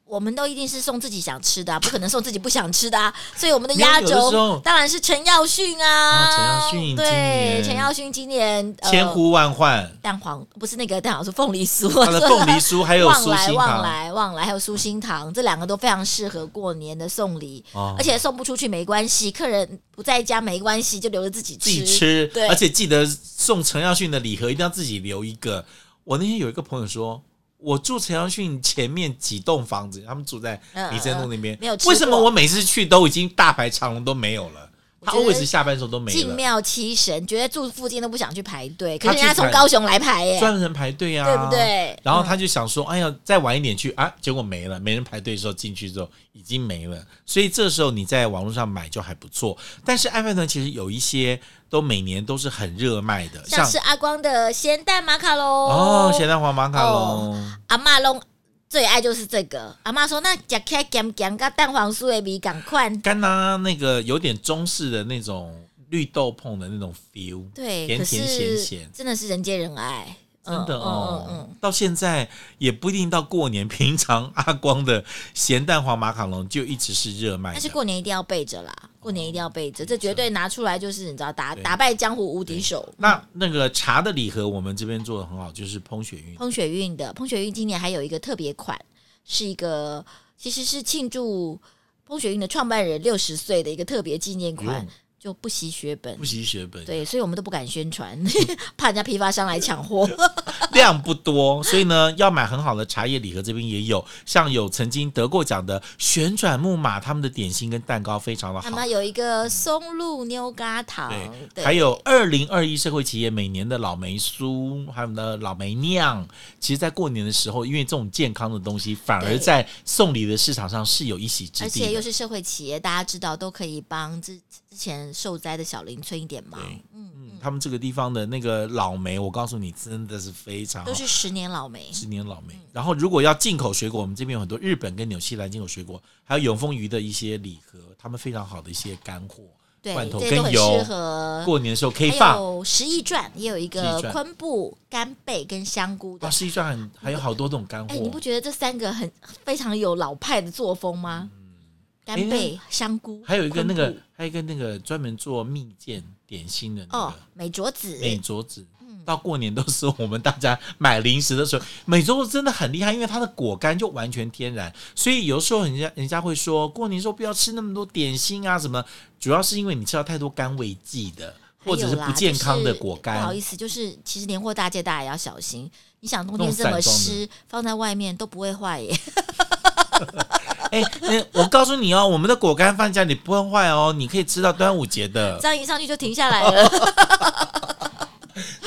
Speaker 2: 我们都一定是送自己想吃的啊、不可能送自己不想吃的啊。所以我们的
Speaker 1: 没有
Speaker 2: 压
Speaker 1: 有的时候
Speaker 2: 轴当然是陈耀迅啊，
Speaker 1: 啊陈耀迅今
Speaker 2: 对，
Speaker 1: 年
Speaker 2: 陈耀迅今年呃
Speaker 1: 千呼万唤，
Speaker 2: 蛋黄不是那个蛋黄，是凤梨酥，
Speaker 1: 他的凤 梨酥还有
Speaker 2: 旺
Speaker 1: 酥
Speaker 2: 来
Speaker 1: 心
Speaker 2: 旺
Speaker 1: 糖，
Speaker 2: 来旺来，还有酥心糖，这两个都非常适合过年的送礼，
Speaker 1: 哦
Speaker 2: 而且送不出去没关系，客人不在家没关系，就留着自己吃。
Speaker 1: 自己吃
Speaker 2: 对，
Speaker 1: 而且记得送陈耀迅的礼盒一定要自己留一个。我那天有一个朋友说，我住陈耀迅前面几栋房子，他们住在
Speaker 2: 嗯
Speaker 1: 民生路那边，
Speaker 2: 嗯没有吃过
Speaker 1: 为什么我每次去都已经大排长龙都没有了？他
Speaker 2: 我觉得
Speaker 1: always 下班的时候都没
Speaker 2: 进
Speaker 1: 了，
Speaker 2: 庙七神，觉得住附近都不想去排队，可
Speaker 1: 他
Speaker 2: 是人家
Speaker 1: 去
Speaker 2: 从
Speaker 1: 排
Speaker 2: 高雄来排耶、
Speaker 1: 专人排队啊，
Speaker 2: 对不？对？
Speaker 1: 然后
Speaker 2: 嗯
Speaker 1: 他就想说，哎呀，再晚一点去啊，结果没了，没人排队的时候进去之后已经没了，所以这时候你在网络上买就还不错。但是爱饭团其实有一些都每年都是很热卖的，
Speaker 2: 像是阿光的咸蛋马卡龙
Speaker 1: 哦，咸蛋黄马卡龙，
Speaker 2: 阿妈弄最爱就是这个。阿妈说：“那夹开咸咸跟蛋黄酥的米赶快。
Speaker 1: 干拿那个有点中式的那种绿豆碰的那种 feel，”
Speaker 2: 对，
Speaker 1: 甜
Speaker 2: 可
Speaker 1: 甜
Speaker 2: 是
Speaker 1: 咸咸。
Speaker 2: 真的是人见人爱，
Speaker 1: 真的哦，
Speaker 2: 嗯嗯嗯
Speaker 1: 到现在也不一定到过年，平常阿光的咸蛋黄马卡龙就一直是热卖的
Speaker 2: 但是。过年一定要备着啦，过年一定要备着，这绝对拿出来就是你知道打
Speaker 1: 嗯对
Speaker 2: 打败江湖无敌手。
Speaker 1: 那那个茶的礼盒，我们这边做的很好，就是烹雪韵，
Speaker 2: 彭雪韵的彭雪韵今年还有一个特别款，是一个其实是庆祝彭雪韵的创办人六十岁的一个特别纪念款
Speaker 1: 嗯，
Speaker 2: 就不惜血本
Speaker 1: 不。惜血本，
Speaker 2: 对，所以我们都不敢宣传，怕人家批发商来 抢货。
Speaker 1: 量不多，所以呢，要买很好的茶叶礼盒，这边也有，像有曾经得过奖的旋转木马，他们的点心跟蛋糕非常的好
Speaker 2: 他。们有一个松露牛轧糖，
Speaker 1: 对，还有二零二一社会企业每年的老梅酥，还有呢老梅酿，其实，在过年的时候，因为这种健康的东西，反而
Speaker 2: 对
Speaker 1: 在送礼的市场上是有一席之
Speaker 2: 而
Speaker 1: 地
Speaker 2: 且
Speaker 1: 的。
Speaker 2: 又是社会企业，大家知道都可以帮之之前受灾的小邻村一点忙，
Speaker 1: 嗯他们这个地方的那个老梅，我告诉你，真的是非常好
Speaker 2: 都。是嗯十年老梅。
Speaker 1: 十年老梅，然后如果要进口水果，我们这边有很多日本跟纽西兰进口水果，还有永丰鱼的一些礼盒，他们非常好的一些干货
Speaker 2: 对，
Speaker 1: 罐头
Speaker 2: 这些
Speaker 1: 跟
Speaker 2: 都很
Speaker 1: 油
Speaker 2: 适，合。
Speaker 1: 过年的时候可以
Speaker 2: 呃还
Speaker 1: 放。
Speaker 2: 有十亿转，也有一
Speaker 1: 十
Speaker 2: 个
Speaker 1: 亿转
Speaker 2: 昆布、干贝跟香菇的
Speaker 1: 哇，。是一串很还有好多种干
Speaker 2: 哎，你
Speaker 1: 货
Speaker 2: 不，觉得这三个很非常有老派的作风吗？干贝、香菇，
Speaker 1: 嗯还有一个那
Speaker 2: 昆
Speaker 1: 个
Speaker 2: 布
Speaker 1: 还有一个那个专门做蜜饯点心的那
Speaker 2: 哦嗯
Speaker 1: 个，
Speaker 2: 美卓子，
Speaker 1: 美卓子。到过年都是我们大家买零食的时候， 美洲真的很厉害，因为它的果干就完全天然，所以有时候人家人家会说过年时候不要吃那么多点心啊什么，主要是因为你吃到太多甘味剂的或者是
Speaker 2: 还有啦
Speaker 1: 不健康的果
Speaker 2: 就是不好
Speaker 1: 干
Speaker 2: 意，思，就是其实年货大街大家也要小心。你想冬天
Speaker 1: 那种
Speaker 2: 这
Speaker 1: 散装的
Speaker 2: 么湿，放在外面都不会坏 耶。
Speaker 1: 哎、那我告诉你哦，我们的果干放在家里不会坏哦，你可以吃到端午节的
Speaker 2: 这样一上去就停下来了。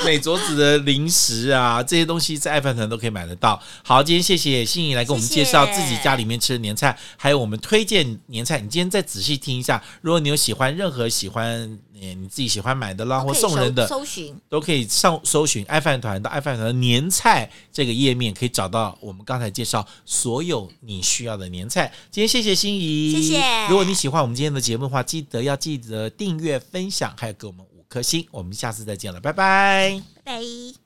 Speaker 1: 美卓子的零食啊，这些东西在爱饭团都可以买得到。好，今天谢谢心怡来给我们介绍
Speaker 2: 谢
Speaker 1: 自
Speaker 2: 谢
Speaker 1: 己家里面吃的年菜，还有我们推荐年菜。你今天再仔细听一下，如果你有喜欢任何喜欢呃你自己喜欢买的啦，
Speaker 2: 可
Speaker 1: 或
Speaker 2: 以
Speaker 1: 送人的，
Speaker 2: 搜搜寻，
Speaker 1: 都可以上搜寻爱饭团到爱饭团的年菜这个页面，可以找到我们刚才介绍所有你需要的年菜。今天谢谢心怡，
Speaker 2: 谢谢
Speaker 1: 如果你喜欢我们今天的节目的话，记得要记得订阅、分享，还有给我们五颗星。我们下次再见了，拜拜。
Speaker 2: 拜拜。